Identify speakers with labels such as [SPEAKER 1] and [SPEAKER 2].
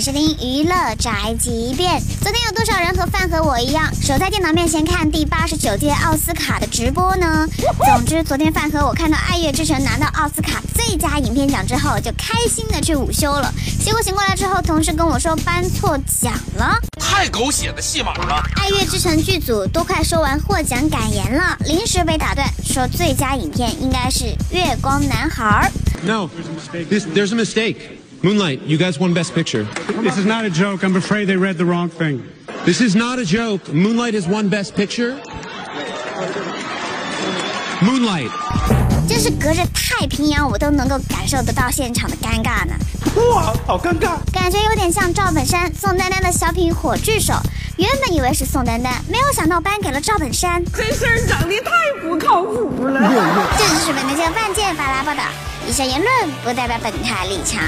[SPEAKER 1] 收听娱乐宅急便。昨天有多少人和范和我一样，守在电脑面前看第八十九届奥斯卡的直播呢？总之，昨天范和我看到《爱乐之城》拿到奥斯卡最佳影片奖之后，就开心的去午休了。结果醒过来之后，同事跟我说颁错奖了。
[SPEAKER 2] 太狗血的戏码了！
[SPEAKER 1] 《爱乐之城》剧组都快说完获奖感言了，临时被打断，说最佳影片应该是《月光男孩》。
[SPEAKER 3] No, there's a mistake. This, there's a mistake. Moonlight, you guys won Best Picture.
[SPEAKER 4] This is not a joke. I'm afraid they read the wrong thing.
[SPEAKER 3] This is not a joke. Moonlight has won Best Picture. Moonlight.
[SPEAKER 1] 真是隔着太平洋，我都能够感受得到现场的尴尬呢。
[SPEAKER 5] 哇，好尴尬！
[SPEAKER 1] 感觉有点像赵本山、宋丹丹的小品《火炬手》，原本以为是宋丹丹，没有想到颁给了赵本山。
[SPEAKER 6] 这事儿整的太不靠谱了。
[SPEAKER 1] 这就是本台万件法拉报道，以上言论不代表本台立场。